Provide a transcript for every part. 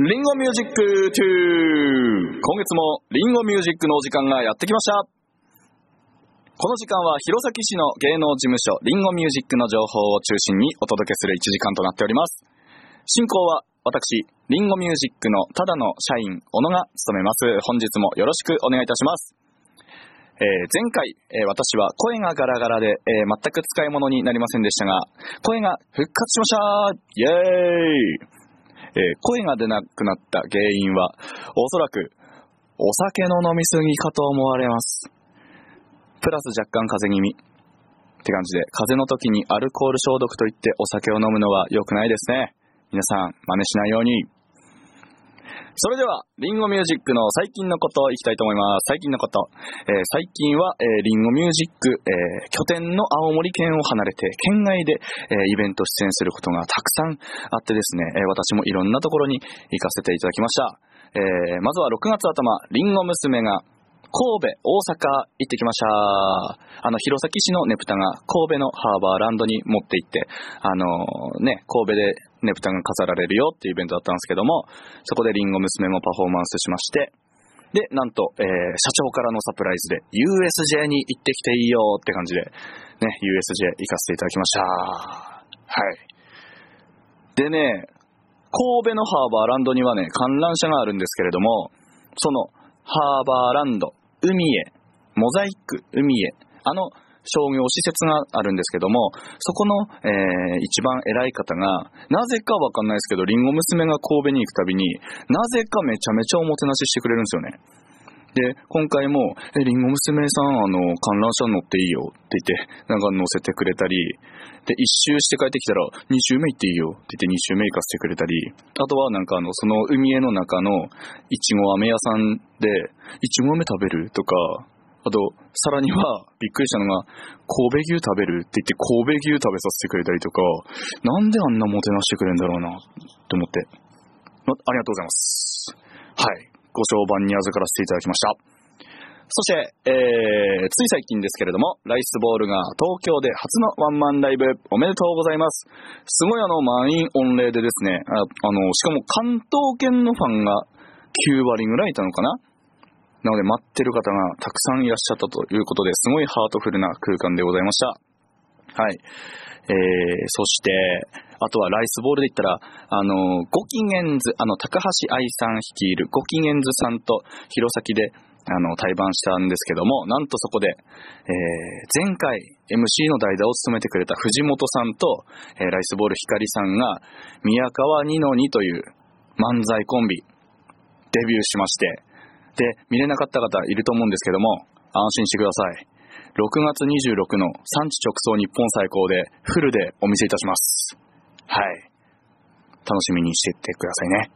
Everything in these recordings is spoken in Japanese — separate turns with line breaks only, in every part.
リンゴミュージック2今月もリンゴミュージックのお時間がやってきましたこの時間は弘前市の芸能事務所リンゴミュージックの情報を中心にお届けする1時間となっております進行は私リンゴミュージックのただの社員小野が務めます本日もよろしくお願いいたしますえー前回、えー私は声がガラガラで、えー全く使い物になりませんでしたが、声が復活しましたイェーイえー声が出なくなった原因は、おそらく、お酒の飲みすぎかと思われます。プラス若干風邪気味。って感じで、風邪の時にアルコール消毒といってお酒を飲むのは良くないですね。皆さん、真似しないように。それでは、リンゴミュージックの最近のことをいきたいと思います。最近のこと。えー最近は、えーリンゴミュージック、えー拠点の青森県を離れて、県外で、えーイベント出演することがたくさんあってですね、えー私もいろんなところに行かせていただきました。えーまずは6月頭、リンゴ娘が神戸、大阪行ってきました。あの、弘前市のねぷたが神戸のハーバーランドに持って行って、あのーね、神戸でねぷたが飾られるよっていうイベントだったんですけども、そこでリンゴ娘もパフォーマンスしまして、で、なんと、えー社長からのサプライズで、USJ に行ってきていいよって感じで、ね、USJ 行かせていただきました。はい。でね、神戸のハーバーランドにはね、観覧車があるんですけれども、その、ハーバーランド、海へ、モザイク、海へ、あの、商業施設があるんですけども、そこの、えー一番偉い方が、なぜかわかんないですけど、リンゴ娘が神戸に行くたびに、なぜかめちゃめちゃおもてなししてくれるんですよね。で、今回も、え、リンゴ娘さん、あの、観覧車乗っていいよって言って、なんか乗せてくれたり、で、一周して帰ってきたら、二周目行っていいよって言って二周目行かせてくれたり、あとはなんかあの、その海への中の、いちご飴屋さんで、いちご飴食べるとか、あと、さらには、 びっくりしたのが、神戸牛食べるって言って神戸牛食べさせてくれたりとか、なんであんなもてなしてくれるんだろうな、と思って。まありがとうございます。はい。ご商売に預からせていただきました。そして、えー、つい最近ですけれども、ライスボールが東京で初のワンマンライブ、おめでとうございます。すごいあの、満員御礼でですね、ああの、しかも関東圏のファンが9割ぐらいいたのかななので待ってる方がたくさんいらっしゃったということで、すごいハートフルな空間でございました。はい。えー、そして、あとはライスボールで言ったら、あの、ご機嫌図、あの、高橋愛さん率いるご機嫌図さんと弘前で、あの、対バンしたんですけども、なんとそこで、えー前回 MC の代打を務めてくれた藤本さんと、えーライスボール光さんが、宮川二の二という漫才コンビ、デビューしまして、で、見れなかった方いると思うんですけども、安心してください。6月26の産地直送日本最高でフルでお見せいたします。はい。楽しみにしてってくださいね。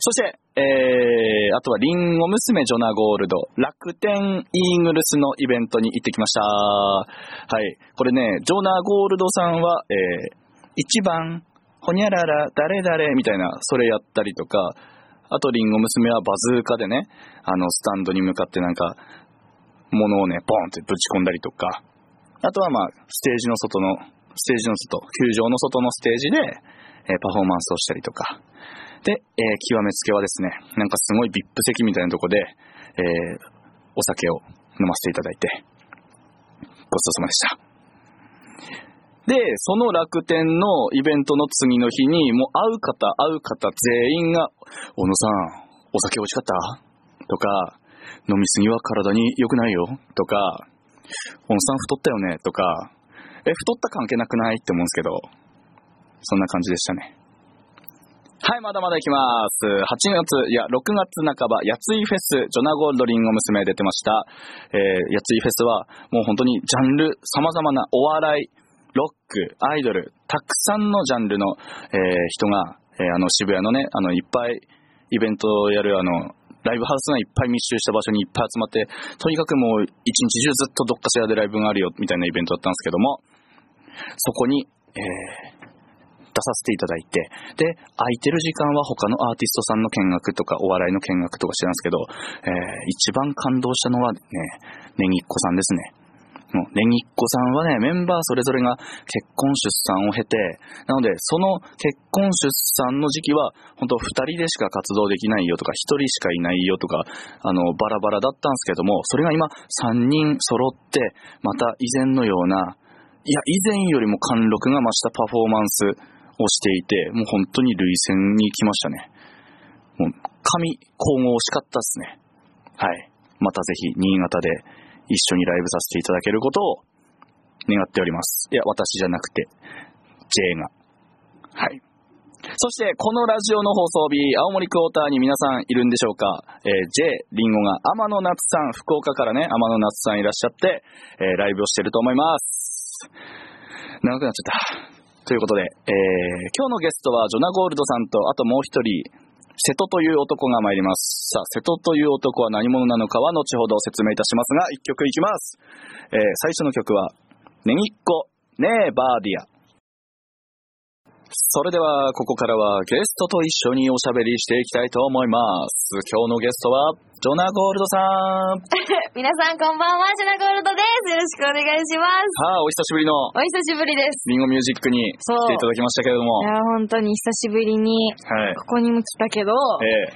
そして、えー、あとはリンゴ娘ジョナゴールド、楽天イーグルスのイベントに行ってきました。はい。これね、ジョナゴールドさんは、えー、1番、ほにゃらら、誰誰みたいな、それやったりとか、あとリンゴ娘はバズーカでね、あの、スタンドに向かってなんか、物をね、ポンってぶち込んだりとか、あとはまあ、ステージの外の、ステージの外、球場の外のステージで、えーパフォーマンスをしたりとか。で、えー極めつけはですね、なんかすごい VIP 席みたいなとこで、えーお酒を飲ませていただいて、ごちそうさまでした。で、その楽天のイベントの次の日に、もう会う方、会う方全員が、小野さん、お酒美味しかったとか、飲みすぎは体に良くないよとか、小野さん太ったよねとか、え、太った関係なくないって思うんですけど、そんな感じでしたね。はい、まだまだ行きます。8月、いや、6月半ば、やついフェス、ジョナゴールドリンゴ娘出てました。えー、やついフェスは、もう本当にジャンル、様々なお笑い、ロック、アイドル、たくさんのジャンルの、えー人が、えーあの渋谷のね、あのいっぱいイベントをやるあの、ライブハウスがいっぱい密集した場所にいっぱい集まって、とにかくもう一日中ずっとどっかしらでライブがあるよみたいなイベントだったんですけども、そこに、えー出させていただいて、で、空いてる時間は他のアーティストさんの見学とか、お笑いの見学とかしてたんですけど、えー一番感動したのはね、ねぎっこさんですね。うんで、にっこさんはね、メンバーそれぞれが結婚出産を経て、なので、その結婚出産の時期は、本当二人でしか活動できないよとか、一人しかいないよとか、あの、バラバラだったんですけども、それが今、三人揃って、また以前のような、いや、以前よりも貫禄が増したパフォーマンスをしていて、もう本当に類戦に来ましたね。もう、神、皇后惜しかったですね。はい。またぜひ、新潟で一緒にライブさせていただけることを願っております。いや、私じゃなくて、J が。はい。そして、このラジオの放送日、青森クォーターに皆さんいるんでしょうかえー J、リンゴが天野夏さん、福岡からね、天野夏さんいらっしゃって、えーライブをしてると思います。長くなっちゃった。ということで、えー今日のゲストはジョナ・ゴールドさんと、あともう一人、瀬戸という男が参ります。さあ、瀬戸という男は何者なのかは後ほど説明いたしますが、一曲いきます。えー最初の曲は、ネギっこ、ネーバーディア。それでは、ここからはゲストと一緒におしゃべりしていきたいと思います。今日のゲストは、ジョナ・ゴールドさん。は
皆さんこんばんは、シュナゴールドです。よろしくお願いします。
あ、お久しぶりの
お久しぶりです。
リンゴミュージックに
そう
来ていただきましたけれども
い。や、本当に久しぶりに、
はい。
ここにも来たけど、
え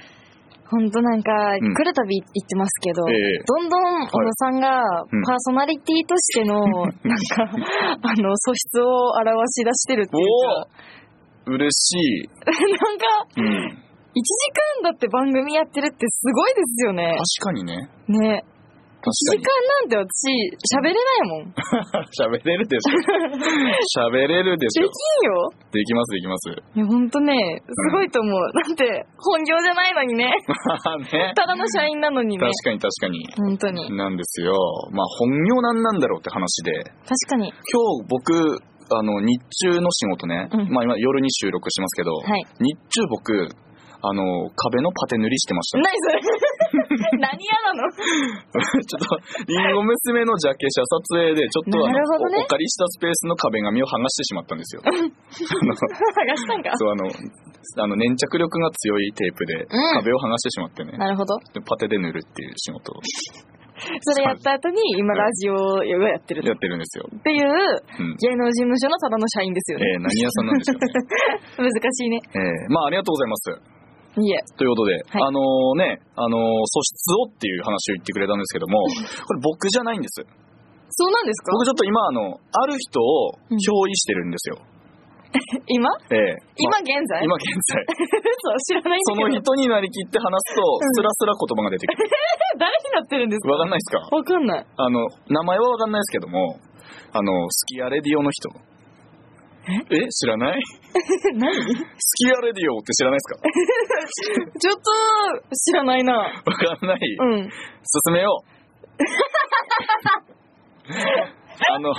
本当なんか、
ん
来るたび行ってますけど、
えええ
どんどん小野さん
う
が
ん
パーソナリティとして の、なんか、あの、素質を表し出してるっていうか、
嬉しい。
なんか、
うん。
1時間だって番組やってるってすごいですよね
確。かにね。
ね。
確
1時間なんて私、喋れないもん。で
喋れるでし ょ。喋れるで
き
しょ。
んよ。
できます、できます。
いや、ほんとね、すごいと思う。なんて、本業じゃないのにね。
ね。
ただの社員なのにね
確。かに確かに。
ほんとに。
なんですよ。まあ本業なんなんだろうって話で。
確かに。
今日僕、あの、日中の仕事ね。
うん
まあ今夜に収録してますけど、
はい。
日中僕、あの、壁のパテ塗りしてま した。
何それ 何屋なの
ちょっと、リンゴ娘のジャケ写撮影で、ちょっとあの
なるほどね
おお借りしたスペースの壁紙を剥がしてしまったん ですよ。あの
探したんか。
そうあのあの粘着力が強いテープで
ん
壁を剥がしてしまってね、
なるほど。
でパテで塗るっていう仕事を
それやった後に、今ラジオをやって
や
る。
ってるんですよ、
っていう、
うん
芸能事務所のただの社員ですよね。
えー何屋さんなんでしょうね、
難しいね。
えーまあありがとうございます
いえ。
ということで、
はい
あのねあのー素質をっていう話を言ってくれたんですけ どもこれ僕じゃないんです
そうなんですか
僕ちょっと今あのある人を憑依してるんですよ、
今
えー
今
まあ
現在
今現在
嘘知らないん
その
だけど。
人になりきって話すとスラスラ言葉が出てくる
誰になってるんですか
わかんないですか
わかんない。
あの、名前はわかんないですけども、あの、スキアレディオの人。え知らない
何
スキアレディオって知らないです
ちょっと、知らないな。
かわかんない。
うん。
進めよう。 あの、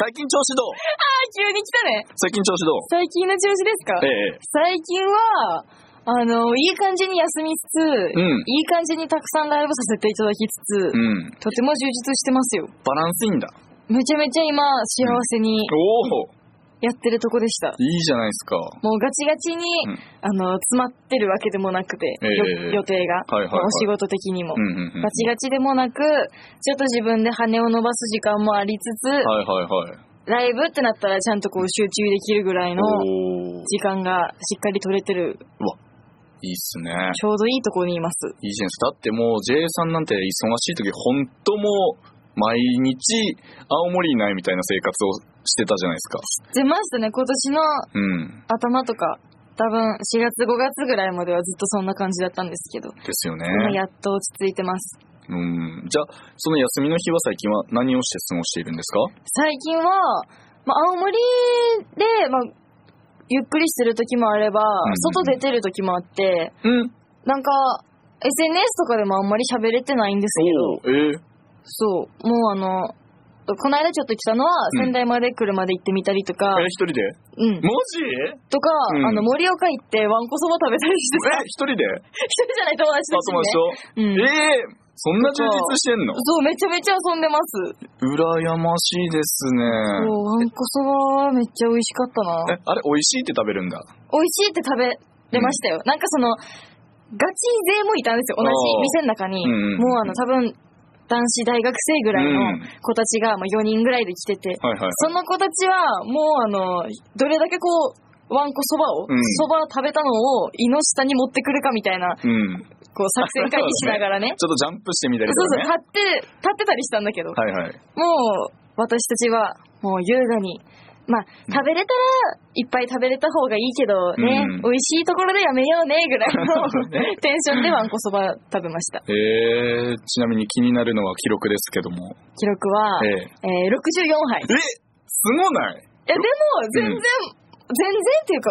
最近調子どう
あ、急に来たね。
最近調子どう
最近の調子ですか
え
最近は、あの、いい感じに休みつつ、
えうん。
いい感じにたくさんライブさせていただきつつ、
うん。
とても充実してますよ。
バランスいいんだ。
めちゃめちゃ今、幸せに
おお
やってるとこでした。
いいじゃないですか。
もうガチガチに、
うん
あの、詰まってるわけでもなくて、
ええ
よ予定が、
はいはいはい
お仕事的にも。
うんうんうん。
ガチガチでもなく、ちょっと自分で羽を伸ばす時間もありつつ、
はいはいはい。
ライブってなったらちゃんとこう集中できるぐらいの
おお
時間がしっかり取れてる、
いいっすね。
ちょうどいいところにいます。
いいじゃないですか。だってもう J さんなんて忙しい時、ほんともう毎日青森いないみたいな生活をしてたじゃないですか。
出ましたね、今年の
うん。
頭とか、多分4月5月ぐらいまではずっとそんな感じだったんですけど、
ですよね。
今やっと落ち着いてます。
うん。じゃあ、その休みの日は最近は何をして過ごしているんですか
最近は、まあ、青森で、まあ、ゆっくりしてる時もあれば、
んうん
外出てる時もあって、
うん。
なんか、SNS とかでもあんまり喋れてないんですけど、
おえー、
そう、もうあの、この間ちょっと来たのは、
うん
仙台まで車で行ってみたりとか、
え、一人で
うん、
マジ
とか、
うん
あの、盛岡行ってわんこそば食べたりして
え、一人で
一人じゃない友達
あ、友
と一緒に
達と
ね。う
え
ん。
ー、そんな充実してんの
そう、めちゃめちゃ遊んでます。
羨ましいですね。
そう、わんこそばはめっちゃ美味しかっ
え、
たな。
あれ、美味しいって食べるんだ。
美味しいって食べれましたよ。なんかその、ガチ勢もいたんですよ。同じ店の中に。
うんうんうん
もうあの、多分、男子大学生ぐらいの子たちが、まあ、4人ぐらいで来てて、
はいはいはい。
その子たちは、もうあの、どれだけこう、わんこそばを
うん、
そば、食べたのを胃の下に持ってくるかみたいな、
うん。ちょっ
こう作戦会議しながらね。
とジャンプしてみた
そう
りと
そ
か
う、
ね。
立って、立ってたりしたんだけど、
はいはい。
もう私たちは、もう優雅に、まあ、食べれたら、いっぱい食べれた方がいいけどね、
うん
美味しいところでやめようね、ぐらいの
ね
テンションでわんこそば食べました。
えー、ちなみに気になるのは記録ですけども。
記録は、
え
え
え
ー64杯。
えすごない
いや、でも、全然、
うん
全然っていうか、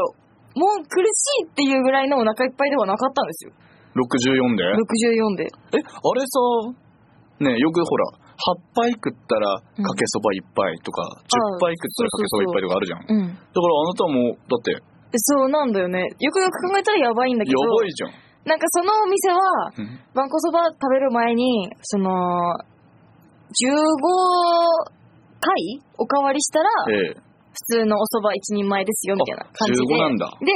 もう苦しいっていうぐらいのお腹いっぱいではなかったんですよ。
?64 で
64で。
え、あれさ、ねよくほら、8杯食ったらかけそば1杯とか、10杯食ったらかけそば1杯とかあるじゃん。だか
うん。
らあなたも、だって、や
そうなんだよね。よくよく考えたらやばいんだけど、
ばいじゃん。
なんかそのお店は、
うん
わんこそば食べる前に、その、15回おかわりしたら、
ええ
普通のおそば1人前ですよ、みたいな感じで。
あ15なんだ
で、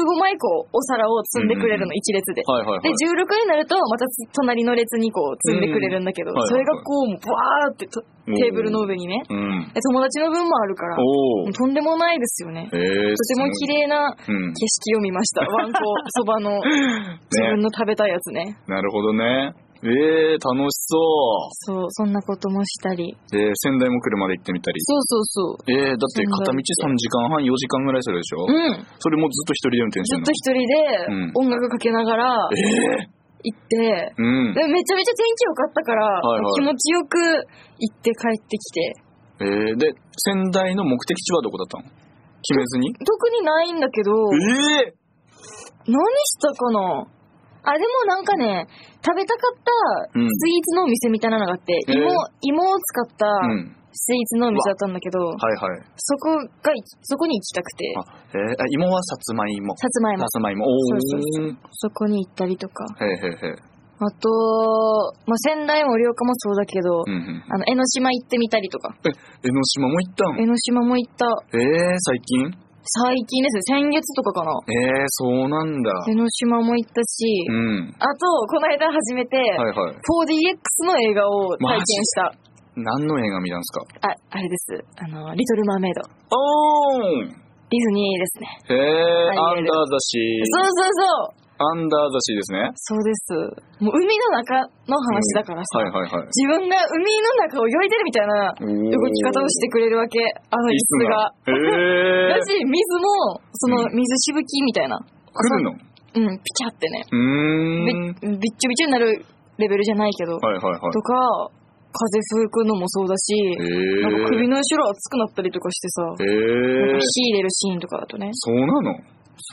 15枚こう、お皿を積んでくれるの、1列で。
はいはいはい
で、。16になると、また隣の列にこう積んでくれるんだけど、
うんはい
そ
はい
れ
はい
がこう、ブワーってとテーブルの上にね、
うん。
で友達の分もあるから、
おお。
とんでもないですよね。
え
と
えー、
ても綺麗な
すごい。うん。
景色を見ま した。ワンコそばの自分
ね、
の食べたいやつね。
なるほどね。ええー、楽しそ
そう、そんなこともしたり。
う。で、仙台も車で行ってみたり。
そうそうそう。
ええー、だって片道3時間半、4時間ぐらいするでしょ
うん。ずっ
それもずっと一人で運転してるのうん
と一人で音楽かけながら行って、
うん。
でめちゃめちゃ天気良かったから、
はいはい
気持ちよく行って帰ってきて。
えー、で、仙台の目的地はどこだったの決めずに
特にないんだけど、
ええ
何したかなあ、でもなんかね、食べたかった
うん
スイーツのお店みたいなのがあって、
へー
芋、芋を使った
うん。
スイーツのお店だったんだけど、
はいはい。
そこが、そこに行きたくて、
あ、えー、あ芋はさつまいも。
さつまいも
さ、つまいも。お
そ
ー
うそうそこに行ったりとか、
へーへーへー
あと、まあ、仙台も盛岡もそうだけど、
うんうん。
あの、江ノ島行ってみたりとか、
江ノ島も行ったん
江ノ島も行った、
えー、最近
最近ですね、先月とかかな。
えー、そうなんだ。
江ノ島も行ったし、
うん。
あと、この間初めて、
はいはい。
4DX の映画を体験した。
何の映画見たんですか
あ、あれです。あの、リトル・マーメイド。
おーん
ディズニーですね。
へえ、アンダ
あ
ー
いえる
ザシ
そうそうそう
アンダーザシですね。
そうです。もう海の中の話だからさ、
はいはいはい。
自分が海の中を泳いでるみたいな
動
動き方をしてくれるわけ、あの椅子が。。
へえ
だし、水も、その
う
水しぶきみたいな。
来るの
うん、ピチャってね。び
うーん。
びっちょびちょになるレベルじゃないけど。
はいはいはい
と。か、風吹くのもそうだし、
へ
なんか首
え。
の後ろ熱くなったりとかしてさ、
へ
な
え
んか。火入れるシーンとかだとね。
そうなの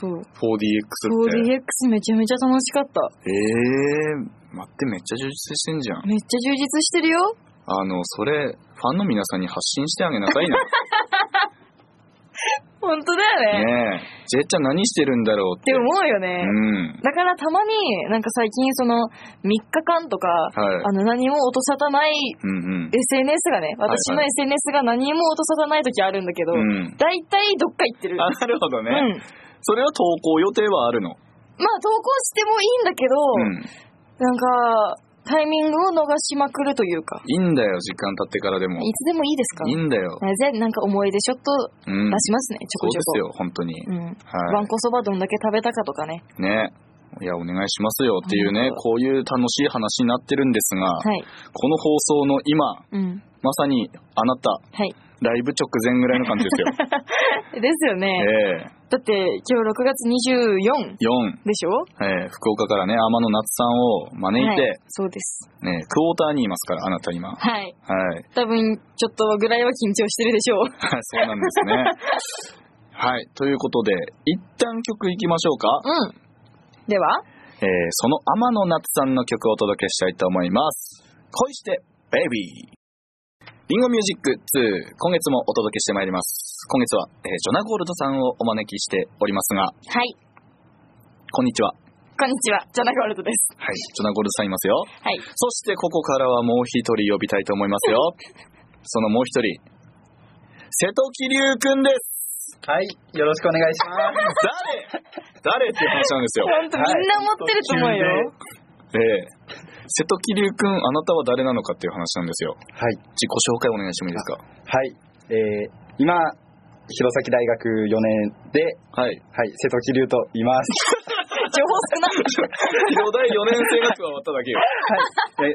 そう。
4DX って。
4DX めちゃめちゃ楽しかった。
ええ待って、めっちゃ充実してんじゃん。
めっちゃ充実してるよ。
あの、それ、ファンの皆さんに発信してあげなさいな。
本当だ よね。
ねえ。ジェッちゃん何してるんだろうっ。
ってて思うよね。
うん。
だからたまに、なんか最近その、3日間とか、
はい
あの、何も落とさたない
うんうん。
SNS が
い
ね、
はい
私の SNS が何も落とさたない時あるんだけど、
うん。
大体どっか行って る。
あ、なるほどね。
うん。
それは投稿予定はあるの。
まあ投稿してもいいんだけど、
うん。
なんか、タイミングを逃しまくるというか、
いいんだよ、時間経ってからでも。
い
い
つでもいいですか
いんだよ。
なぜなんか思い出ちょっと
うん。
出しますね、ち
そう
ょこ
で
ちょ
すよ、本当に。
こ。うん。わ
は
んこそばどんだけ食べたかとかね。
い。ね。いや、お願いしますよっていうね、
うん
こういう楽しい話になってるんですが、
はい。
この放送の今、
うん。
まさにあなた、
はい。
ライブ直前ぐらいの感じです よ。
ですよね。
え
だって、今日6月24
え4、
でしょ
えー福岡からね、天野夏さんを招いて、
はい、そうです。
ね、クォーターにいます から、あなた今。は
はい。
い。
多分、ちょっとぐらいは緊張してるでしょう。
はいそうなんです ね。はい。ということで、一旦曲いきましょうか。
うん。では、
えーその天野夏さんの曲をお届けしたいと思います。恋して、ベイビー。リンゴミュージック2、今月もお届けしてまいります。今月は、えージョナ・ゴールドさんをお招きしておりますが、
はい。
こんにちは。
こんにちは。ジョナゴールドです。
はい。ジョナ・ゴールドさんいますよ。
はい。
そしてここからはもう一人呼びたいと思いますよ。そのもう一人、瀬戸気流くんです。
はい、よろしくお願いします。
誰誰っていう話なんですよ。
ほんとみんな持ってると思うよ。
ええ瀬戸気流くん、あなたは誰なのかっていう話なんですよ。
はい。
自己紹介お願いしてもいいですか
はい。えー、今、弘前大学4年で、
はい。
はい、瀬戸気流と言い ます。
情報少
広大
ない。
4年生学は終わっただけよ。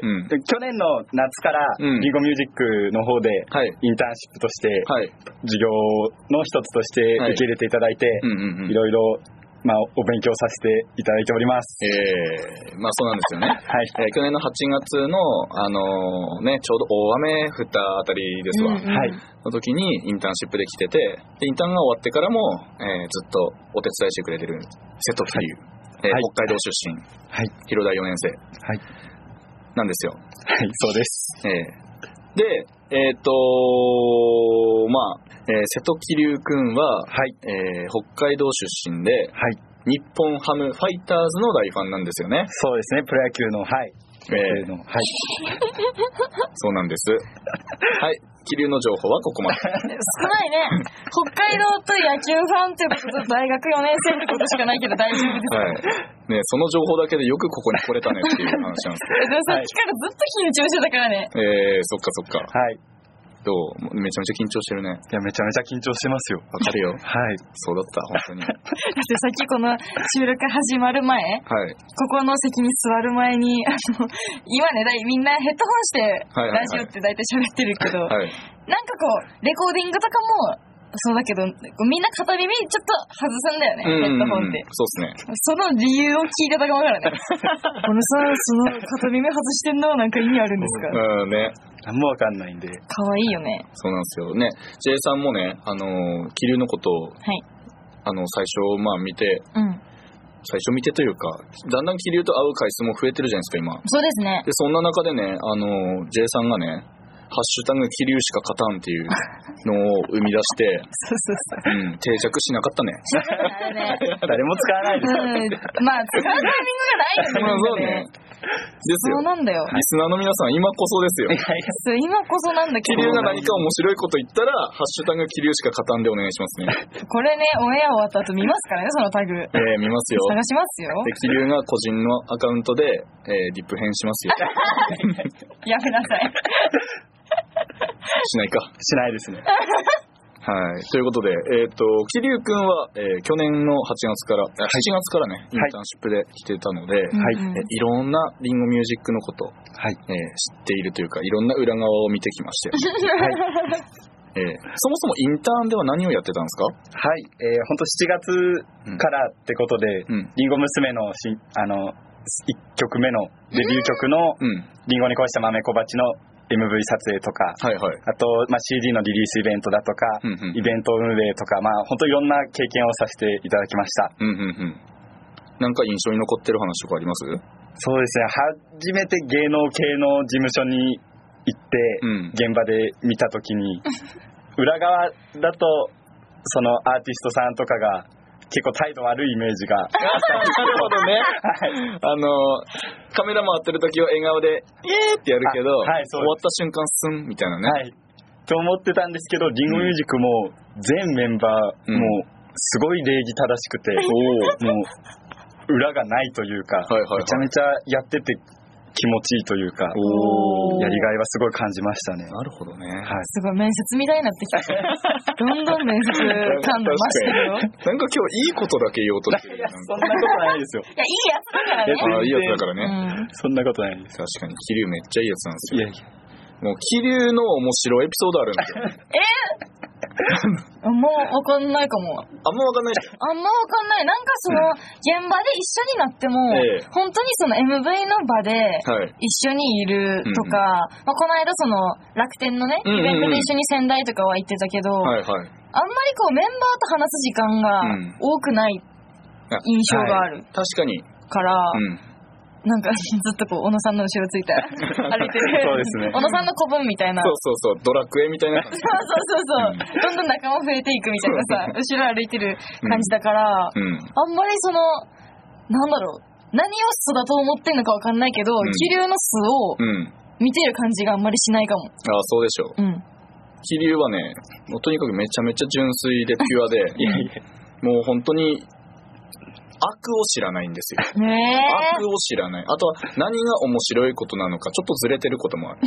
え
うん
去年の夏から、
うん
リンゴミュージックの方で、
はい。
インターンシップとして、
はい。
授業の一つとして
はい
受け入れていただいて、
うんうんうん。
いろいろ、まあ、お勉強させていただいております。
えー、まあそうなんですよね。
はい。
えー去年の8月の、あのーね、ちょうど大雨降ったあたりですわ。
うんうん
はい
の時にインターンシップで来てて、でインターンが終わってからも、えーずっとお手伝いしてくれてる瀬戸飛龍、えー
はい
北海道出身、
はい
広大4年生、
はい
なんですよ。
はい、そうです。
えーで、えっ、とまあ、えー瀬戸気流くんは、
はい。
えー北海道出身で、
はい。
日本ハムファイターズの大ファンなんですよ ね。
そうですね、プロ野球の、はい。プロ野球の、はい。
そうなんです。はい、気流の情報はここまで。
少ないね。北海道と野球ファンってことと大学4年生ってことしかないけど大丈夫です。
はい。ね、その情報だけでよくここに来れたねっていう話なんですけど。
えでもさっきからずっと緊張してたからね。
えー、そっかそっか。
はい。い
どうめちゃめちゃ緊張してるね。
や、めちゃめちゃ緊張してますよ。
わかるよ。
はい。
そうだった、本当に。は
だってさっきこの収録始まる前、
い。
ここの席に座る前に、あの、今ね、だいみんなヘッドホンして、
はいはいはい
ラジオって大体喋ってるけど、
はい。
なんかこう、レコーディングとかも、そうだけど、みんな片耳ちょっと外すんだよね、 ヘッドホンって。
そうっすね。
その理由を聞いてたかもからね。 このさ、その片耳外してんのはなんか意味あるんです か
うん、ね。
何もわかんないんで。
かわいいよね。
そうなんですよ。ね、J さんもね、あのー、気流のことを、
はい。
あの、最初、まあ見て、
うん。
最初見てというか、だんだん気流と会う回数も増えてるじゃないですか、今。
そうですね。
で、そんな中でね、あのー、J さんがね、ハッシュタグ気流しか勝たんっていうのを生み出 して、
そうそうそう。
うん、定着しなかったね。
しょうがない ね。
誰も使わないで
う
す。
ん。まあ、使うタイミングがないよね。みんなね
です
そ
よ
う。なんだよ。
リスナーの皆さん、今こそですよ。
そう今こそなんだけ
気
ど
流が何か面白いこと言ったら、ハッシュタグ気流しか勝たんでお願いしますね。
これね、オンエア終わった後見ますからね、そのタ グ。
えー、見ますよ。
探しますよ。
で、気流が個人のアカウントで、えー、リップ編します よ。
やめなさい。
しないか。
しないですね。
はい。ということで、えっ、と、気流くんは、えー去年の8月から、あ7月からね、インターンシップで来てたので、
はい
うんうん
えいろんなリンゴミュージックのこと、
は
え
い。
ー知っているというか、いろんな裏側を見てきまして、
はい。
えーそもそもインターンでは何をやってたんですか
はい。えー、ほんと7月からってことで、
うん。
りんご娘のし、あの、1曲目のデビュー曲の、
うん。
りんごに恋した豆小鉢の MV 撮影とか、
はいはい。
あと、まあ、CD のリリースイベントだとか、
うんうん
イベント運営とか、まあ、ほんといろんな経験をさせていただきました。
うんうんうん。なんか印象に残ってる話とかあります
そうですね。初めて芸能系の事務所に行って、
うん。
現場で見た時に裏側だとそのアーティストさんとかが結構態度悪いイメージが
なるほどね。あの、カメラ回ってる時は笑顔で、イエーってやるけど、
あはい
終
そう
わった瞬間スンみたいなね。
はいと思ってたんですけどリンゴミュージックも全メンバー
うん
もうすごい礼儀正しくて、もう裏がないというか、
はいはいはい
めちゃめちゃやってて気持ちいいというかや
お
ー
りがいはすごい感じましたね。
なるほどね。
はい
すごい、面接みたいになってきた。 どんどん面接感度増してるよ。い
なんか今日いいことだけ言おうとしてる。
いや そんなことないですよ。
や、いいやつだからね。
ああ、いいやつだから
う
ね。
ん。
そんなことないです。
確かに、気流めっちゃいいやつなんです
い
よ。
やいや
もう、気流の面白いエピソードあるんですよ。
あもうわかんないかも。
あんまわかんないですよ。
あんまわかんない。なんかその、現場で一緒になっても、
ええ
本当にその MV の場で、
はい。
一緒にいるとか、まあ、この間その楽天のね、
うんうんうん
イベントで一緒に仙台とかは行ってたけど、
はいはい。
あんまりこうメンバーと話す時間が
うん
多くない
あ
印象がある
確かに。
から、
うん。
なんかずっとこう、小野さんの後ろ ついて歩いてる。
そうですね
小野さんの子分みたいな。
そ
そ
そう
う う
そう、ドラクエみたいな感じ。
そうそうそう。どんどん仲間増えていくみたいなさ、後ろ歩いてる感じだから、
うん。
あんまりその、なんだろう。何を素だと思ってんのかわかんないけど、
ん
気流の素を
うん。
見てる感じがあんまりしないかも。
ああ、そうでしょう。
うん。
気流はね、 もうとにかくめちゃめちゃ純粋でピュアで、もう本当に悪を知らないんですよ。
ねえ
悪を知らない。あとは何が面白いことなのか、ちょっとずれてることもある。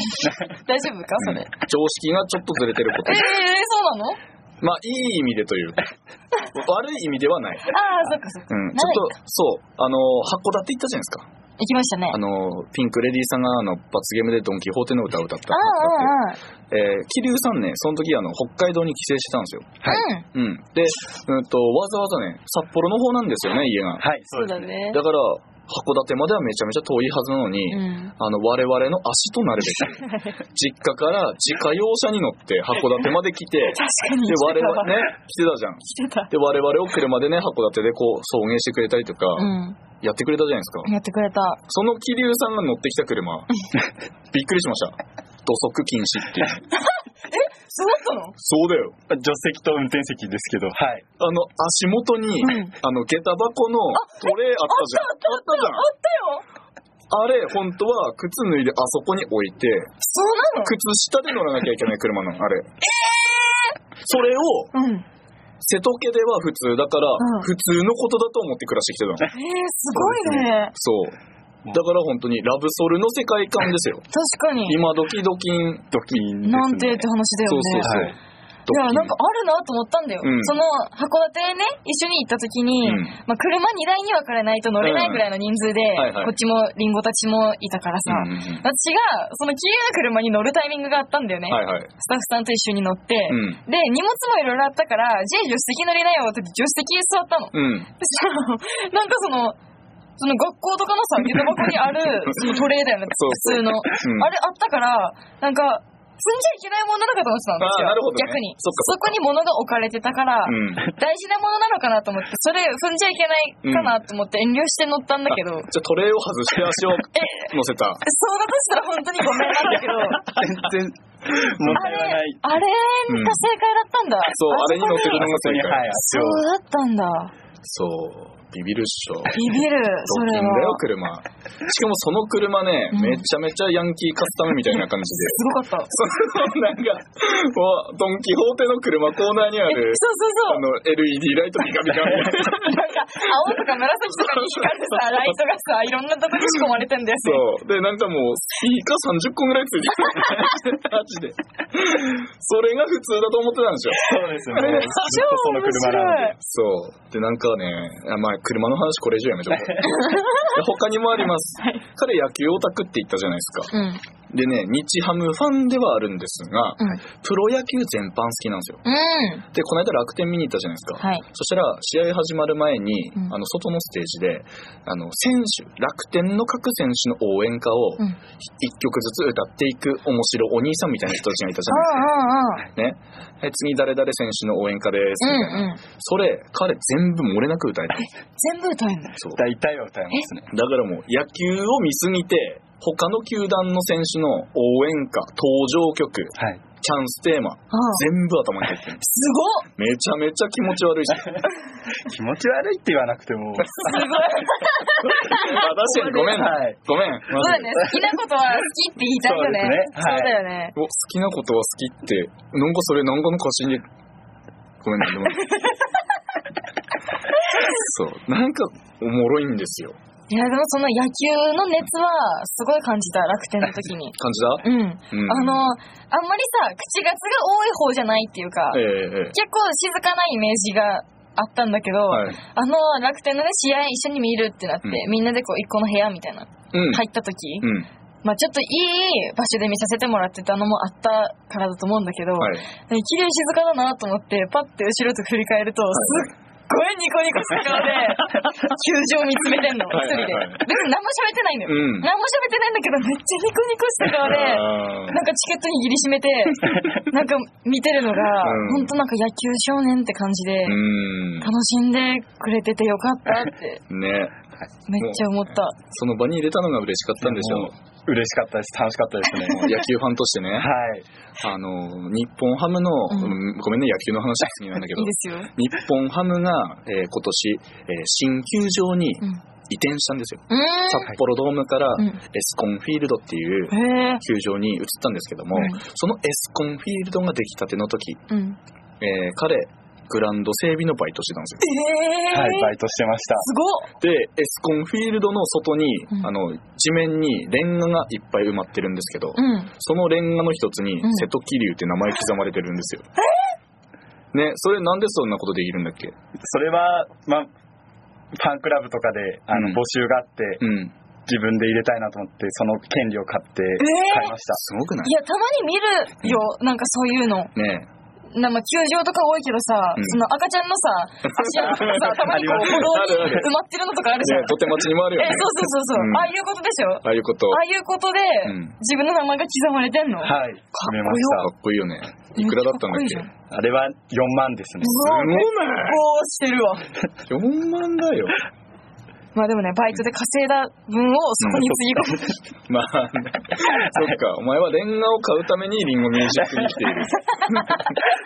大丈夫か それ。えー、
常識がちょっとずれてること。
そうなのあ
まあ、いい意味でというか、悪い意味ではない。
あ、そっかそっか。
うん、ち
ない
ょっと、そう、あの、函館行ったじゃないですか。
行きましたね。
あ
あ
の、ピンクレディーさんが、あの、罰ゲームでドン・キホーテの歌を歌った。
あ、ああ、
えー、桐生さんね、その時、あの、北海道に帰省してたんですよ。
うん。
うん。で、うんと、わざわざね、札幌の方なんですよね、家が。
はい、
そうだ。ね。
だから、函館まではめちゃめちゃ遠いはずなのに、
うん。
あの、我々の足となるべ く、実家から自家用車に乗って函館まで来 て、
確かに。
で、我々ね、来てたじゃん。
来てた。
で、我々を車でね、函館でこう、送迎してくれたりとか、
う
やってくれたじゃないですか。
ん。やってくれた。
その桐生さんが乗ってきた車、びっくりしました。土足禁止っていう。
そうだっ
そうだよ。
助手席と運転席ですけど、はい。
あの、足元に、
うん
あの、下駄箱のトレイあったじゃん。あったじゃん。
たのあった
あれ、
よ
本当は靴脱いであそこに置いて、
そうなの
靴下で乗らなきゃいけない車なの、あれ。それを、
うん。え
瀬戸家では普通だから、
うん
普通のことだと思って暮らしてきてたの。
ー、すごいね。
そう。だから本当にラブソルの世界観ですよ。
確かに。
今ドキドキン。
ドキンですね
なんてって話だよ
そうそう
ね。
そう。
はい
ド
い
キン
や、なんかあるなと思ったんだ
う
よ。
ん
その、函館ね、一緒に行った時に、
うん
まあ、車2台に分からないと乗れないぐらいの人数
ん
で、
はいはい
こっちもリンゴたちもいたから
う
さ、
んうんうん
私が、その消える車に乗るタイミングがあったんだよね。
はいはい。
スタッフさんと一緒に乗って、
うん。
で、荷物もいろいろあったから、じゃあ助手席乗りなよって言って助手席に座ったの。
うん。
そしたらなんかその、その学校とかのさ、下駄箱に ある、そのトレーだよね、
そう
普通の。
ん
あれあったから、なんか、積んじゃいけないものなのかと思ってたんです
あーな
よ。
るほどね
逆に。
そっかそっ
こに物が置かれてたか
う
ら、
ん。
大事なものなのかなと思って、それ踏んじゃいけないかなと思って遠慮して乗ったんだけ
じゃ
ど、
あトレイを外して足を乗せた。
そうだとしたら本当にごめん なんだけど、あ
全然、問題
れ
はない。、
あれが正解だったんだ。
そう、あれに乗ってくるのが正解
本当に、はい。。
そうだったん
そう。
だ。
ビビるっしょ。
ビビる、そ
ドキ
れ
ンだよ
は。、
車。しかもその車ね、
うん
めちゃめちゃヤンキーカスタムみたいな感じで。
すごかった。
そのなんか、もう、ドン・キホーテの車コーナーにあ
えそう
る、
そうそ
あ
う。
の、LED ライトビカビカみたいな。
なんか、青とか紫とかに光るさ、ライトがさ、いろんなとこに仕込まれてんだよね。
そう。で、なんかもう、スピーカー30個ぐらいついてる。マジで。それが普通だと思ってたんですよ。
そうですね。ずっとその車なんで。
そう。で、なんかね、あまあ、車の話これ以上やめち ゃおうで。他にもあります。彼、野球オタクって言ったじゃないですか。
面白い。うん。
でね、日ハムファンではあるんですが、
うん
プロ野球全般好きなんですよ。
うん。
で、この間楽天見に行ったじゃないですか。
はい。
そしたら、試合始まる前に、
うん
あの、外のステージで、あの、選手、楽天の各選手の応援歌を、
うん。あ
一曲ずつ歌っていく面白お兄さんみたいな人たちがいたじ
あ、ああ、ああ。
ゃないですか。ね。はい次、誰々選手の応援歌です。
う
みたいな。
んうん。
それ、彼全部漏れなく歌えた。
全部歌えんだ。
そう。
大体は歌いますね。
だからもう野球を見すぎて、他の球団の選手の応援歌、登場曲、チ
はい。
ャンステーマ、
ああ。
全部頭に入ってる。
すごっ
めちゃめちゃ気持ち悪いし。
気持ち悪いって言わなくても、
すごい。
あ確かにごめんな
はい。
ごめん。
そう
マジ
だ
で
ね。好きなことは好きって言いたいよね。
そうですねはい
だよね。
お好きなことは好きって、なんかそれなんかの歌詞に、ごめんな、でも。そう。なんかおもろいんですよ。
いや、でもその野球の熱はすごい感じた、楽天の時に。
感じだ
うん。
うん。
あの、あんまりさ、口数が多い方じゃないっていうか、
ええ
結
ええ
構静かなイメージがあったんだけど、
はい。
あの、楽天のね、試合一緒に見るってなって、
う
みんなでこう、一個の部屋みたいな、
うん。
入った時、
うん。
まあちょっといい場所で見させてもらってたのもあったからだと思うんだけど、
はい。
で綺麗に静かだなと思って、パッて後ろと振り返ると、すっごいニコニコした顔で、球場を見つめてんの、
はい
一人で
はいはい。
別に何も喋ってないのよ。
うん。
何も喋ってないんだけど、めっち
あー
ゃニコニコした顔で、なんかチケット握りしめて、なんか見てるのが、
うん
ほんとなんか野球少年って感じで、
うん。
楽しんでくれててよかったって、
ね。
めっちゃ思った。
その場に入れたのが嬉しかったんでしょう
も。う嬉しかったです。楽しかったですね。
野球ファンと してね、
はい。
あの、日本ハムの、
うん
うんごめんね、野球の話が次なんだけ
い
ど
い、ですよ。
日本ハムが、えー今年、えー新球場に
うん。
移転したんですよ。
う
札幌ドームから、
ーん。う
エスコンフィールドっていう
へえ。
球場に移ったんですけども、
うん
そのエスコンフィールドができたての時、
うん。
えー彼、グラウンド整備のバイトしてたんですよ。
えー、
はい、バイトしてました。
すごっ
で、エスコンフィールドの外に、
うん
あの、地面にレンガがいっぱい埋まってるんですけど、
うん。
そのレンガの一つに
うん、
瀬戸気流って名前刻まれてるんですよ。ね、それなんでそんなことできるんだっけ
それは、まあ、ファンクラブとかで、あの、
うん
募集があって、
うん。
自分で入れたいなと思って、その権利を買っ
ー
て、買いました。
すごくない
や、たまに見るよ、なんかそういうの。
いね
なまあ球場とか多いけどさ、
うん
その赤ちゃんのさ、足跡とかさ、たまにこ
あ
ますあるあ
う、歩道に
り
る
埋まってるのとかある
え。
じゃ
ね
ん。
土手町にもあるよね。
え、そうそうそうそう、
うん
ああいうことでし
あ
ょ
あいうこと。
ああいうことで、
うん
自分の名前が刻まれてんの、
はい、決めま
か
し
っこいいよね。いくらだったんだっけ
めっちゃかっこいいじゃん
た。
すごい
うわこうしてる
あれは4万ですね。
わ。
4万だよ。
まあでもね、バイトで稼いだ分をそこにつぎ込
ま
む。
あ、ね、そっか、お前はレンガを買うためにリンゴミュージックに来ている。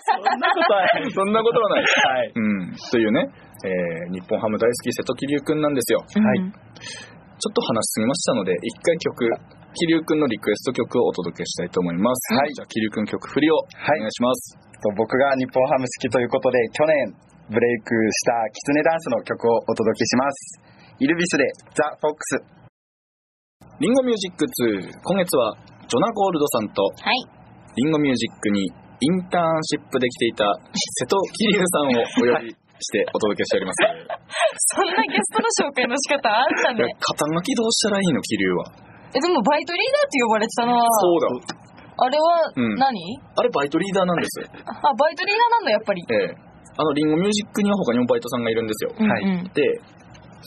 そんなことはな い。
そんなことはない。
はい。
うん。というね、えー日本ハム大好き瀬戸桐生くんなんですよ。ちょ
はい
うん
っと話しすぎましたので、一回曲、桐生くんのリクエスト曲をお届けしたいと思います。はい。じゃあ、桐生くん曲振りをお
はい
願いします。
と僕が日本ハム好きということで、去年ブレイクしたキツネダンスの曲をお届けします。イルビスでザ・フォックス。
リンゴミュージック2、今月は、ジョナ・ゴールドさんと、
はい。
リンゴミュージックにインターンシップで来ていた瀬戸桐生さんをお呼びしてお届けしております。
そんなゲストの紹介の仕方あん
い
だ
や
ね。
肩書きどうしたらいいの桐生は。
え、でもバイトリーダーって呼ばれてたな
そうだ。
あれは
うん
何、
あれバイトリーダーなんです。
あ、バイトリーダーなんだ、やっぱり。
ええ。あの、リンゴミュージックには他にもバイトさんがいるんですよ。
うん
はい
うん。
で、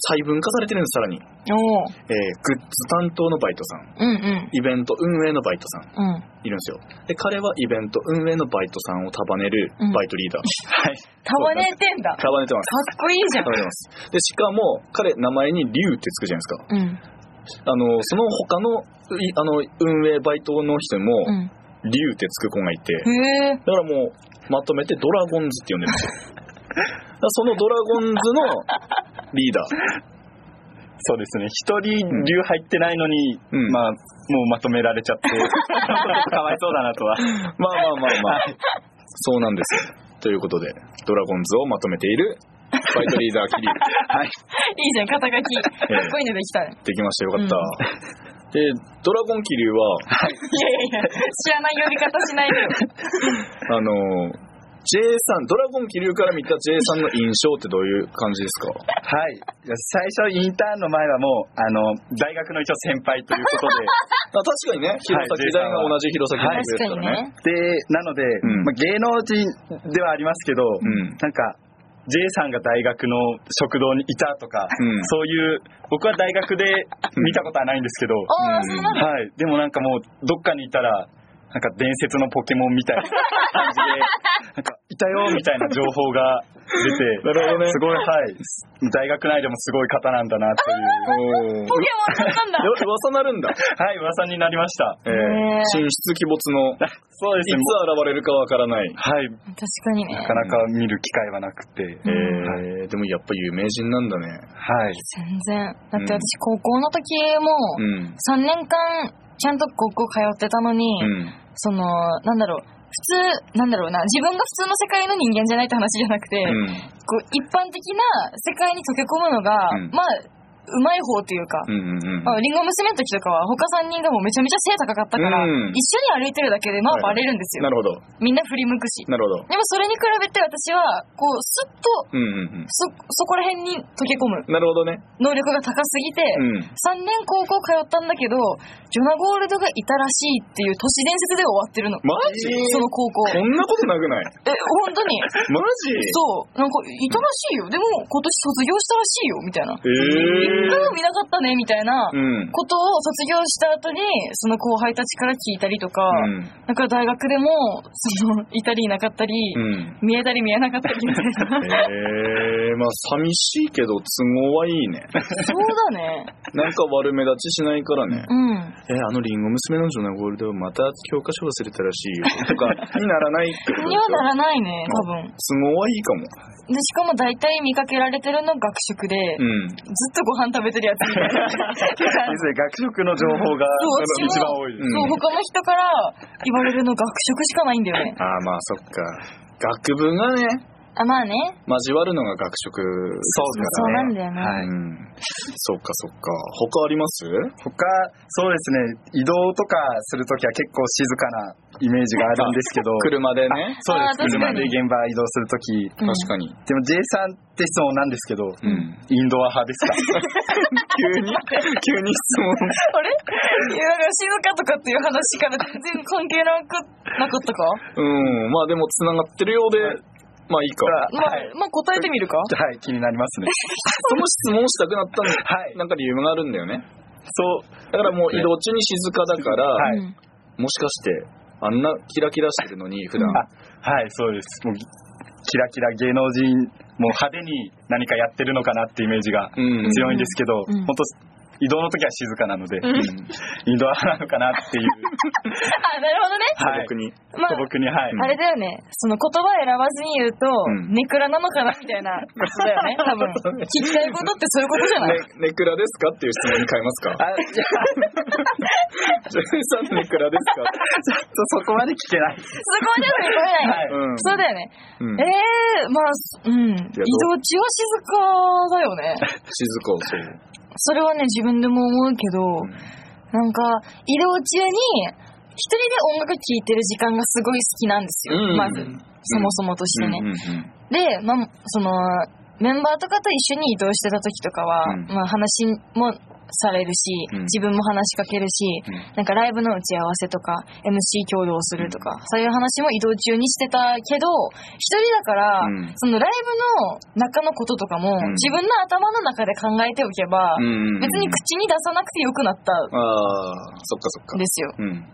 細分化されてるんです、さらに。
おう
えーグッズ担当のバイトさん、
うんうん。
イベント運営のバイトさん、
うん。
いるんですよ。で、彼はイベント運営のバイトさんを束ねる
うん
バイトリーダー。はい。
束ねてんだ。かっ
束ねてます。
こいいじゃん。
束ねてます。で、しかも、彼、名前に龍ってつくじゃないですか。あ
うん。
の、その他の、いあの、運営バイトの人も、
うん。
龍ってつく子がいて、
へえ。
だからもう、まとめてドラゴンズって呼んでるんですよ。 だからそのドラゴンズのリーダー。
そうですね。一人流入ってないのに、
うん
まあ、もうまとめられちゃって、ちょっとかわいそうだなとは。
まあまあまあまあ。そうなんですよ。ということで、ドラゴンズをまとめている、ファイトリーダーキリ
はい。
いいじゃん、肩書き。かっこいいのできたね。
できましたよかった。で、ドラゴンキリは、
いやいやいや、知らない呼び方しないでよ。
あの、J さん、ドラゴンキリから見た J さんの印象ってどういう感じですか
はい。最初、インターンの前はもう、あの、大学の一応先輩というこ
あ確かにね、弘前
J
大
さん
が
は
同じ弘前大です
確
か
かに
らね。
ね。
と で、で、なので、
ん
まあ、芸能人ではありますけど、
ん
なんか、J さんが大学の食堂にいたとか、
うん
そういう、僕は大学で見たことはないんですけど、
ああ、
うん
そうなの。
はい。でもなんかもう、どっかにいたら、なんか伝説のポケモンみたいな感じで、なんか、いたよみたいな情報が出て、
なるほどね
すごい、はい。大学内でもすごい方なんだなと いう、
おー
ポケモンだったんだ。
よ噂な るんだ。
はい、噂になりました。
えー
ねえ
神出鬼没の、いつ
そうです
現
ね。
れるかわからない。
はい。
確かにね。
なかなか見る機会はなくて、
え
う
ー、でもやっぱ有名人なんだね。
はい。
全然。だって
うん
私、高校の時も
う、ん。
3年間、ちゃんと高校通ってたのに、
うん。
その、なんだろう、普通、なんだろうな、自分が普通の世界の人間じゃないって話じゃなくて、
うん。
こう一般的な世界に溶け込むのが、
うん
まあ、うまい方というか、
うんうんうん。
まあ、リンゴ娘の時とかは他3人がもうめちゃめちゃ背高かったか
う
ら、
ん
一緒に歩いてるだけでま
は
あ
いは
バ
い
レるんですよ、
なるほど。
みんな振り向くし
なるほど。
でもそれに比べて私はこうスッと
うんうん
そそこら辺に溶け込
う
む
ん。なるほどね。
能力が高すぎて、
うん。
3年高校通ったんだけどジョナ・ゴールドがいたらしいっていう都市伝説で終わってるの
マジ
その高
こ
校
んなことなく ない
え本当に
マ
そうなんかいたらしいよでも今年卒業したらしいよみたいな
ジえ
一回も見なかったねみたいな
ー。うん。
ことを卒業した後にその後輩たちから聞いたりとか、
うん。
なんか大学でもそのいたりいなかったり、
うん。
見えたり見えなかったりみたい な
えー、まあ寂しいけど都合はいい ね。
そうだね
なんか悪目立ちしないからね。
うん
え、あのリンゴ娘のジョナゴールドまた教科書忘れたらしいよ。と か、にならないってことで
に
しょ
はならないね多分
都合はいいかも。
でしかも大体見かけられてるの学食で、ずっ
うん。
とご飯食べてるやつみたいな
先生、学食の情報が
そう
一番多いです。
うん
そう他の人から言われるの学食しかないんだよね
ああ、まあそっか。学部がね、
あ、まあね。
交わるのが学食です
そ
か
う
ら
な
ね。
んだよね。
はい
うん。そっかそっか。他あります
他、そうですね、移動とかするときは結構静かなイメージがあるんですけど、
車でね。
そう
あー
です。
確か
車
に
で現場移動するとき、
うん
確かに。
でも J さんって質問なんですけど、
うん。
インドア派ですか
急に、 急に質問。
あれ いや、だから静かとかっていう話から全然関係なくなかったか
うん。まあでも繋がってるようで、まあいいか。
まあ
はい、
まあ答えてみるか。
はい、気になりますね。
その質問したくなったんで、
はい。
なんか理由があるんだよね。
そう、
だからもう移動中に静かだから、
はい
うん
もしかして、あんなキラキラしてるのに、普段。
あはい、そうです。もう、キラキラ芸能人、もう派手に何かやってるのかなってイメージが
うん
強いんですけど、
うん
本当移動の時は静かなので、
うん
インドア派なのかなっていう、
あ、なるほどね。
はい
僕、に。
まあ
素、朴に、はい。
あれだよね。その言葉選ばずに言うと、
ん
ネクラなのかなみたいなことだよ ね、多分。聞きたいことってそういうことじゃない、
ね、ネクラですかっていう質問に変えますか
あいや
ジ ェイさんネクラですか
ちょっとそこまで聞けない。
そこはちょっとごめんない。
はい。
うん
そうだよね。
うん
ええー、まあ、うん。移動中は静かだ よね。
静か、そう。
それはね、自分でも思うけど、
ん
なんか、移動中に、一人で音楽聴いてる時間がすごい好きなんですよ、
うん
まず。そもそもとしてね。
うんうんうん
で、まあ、その、メンバーとかと一緒に移動してた時とかは、
うん
まあ話もされるし、
うん
自分も話しかけるし、
うん
なんかライブの打ち合わせとか、MC 共同するとか、そういう話も移動中にしてたけど、一人だから、
うん
そのライブの中のこととかも、
ん
自分の頭の中で考えておけば、
うんうん
別に口に出さなくてよくなった
ああ、そっかそっか
ん。ですよ。
うん。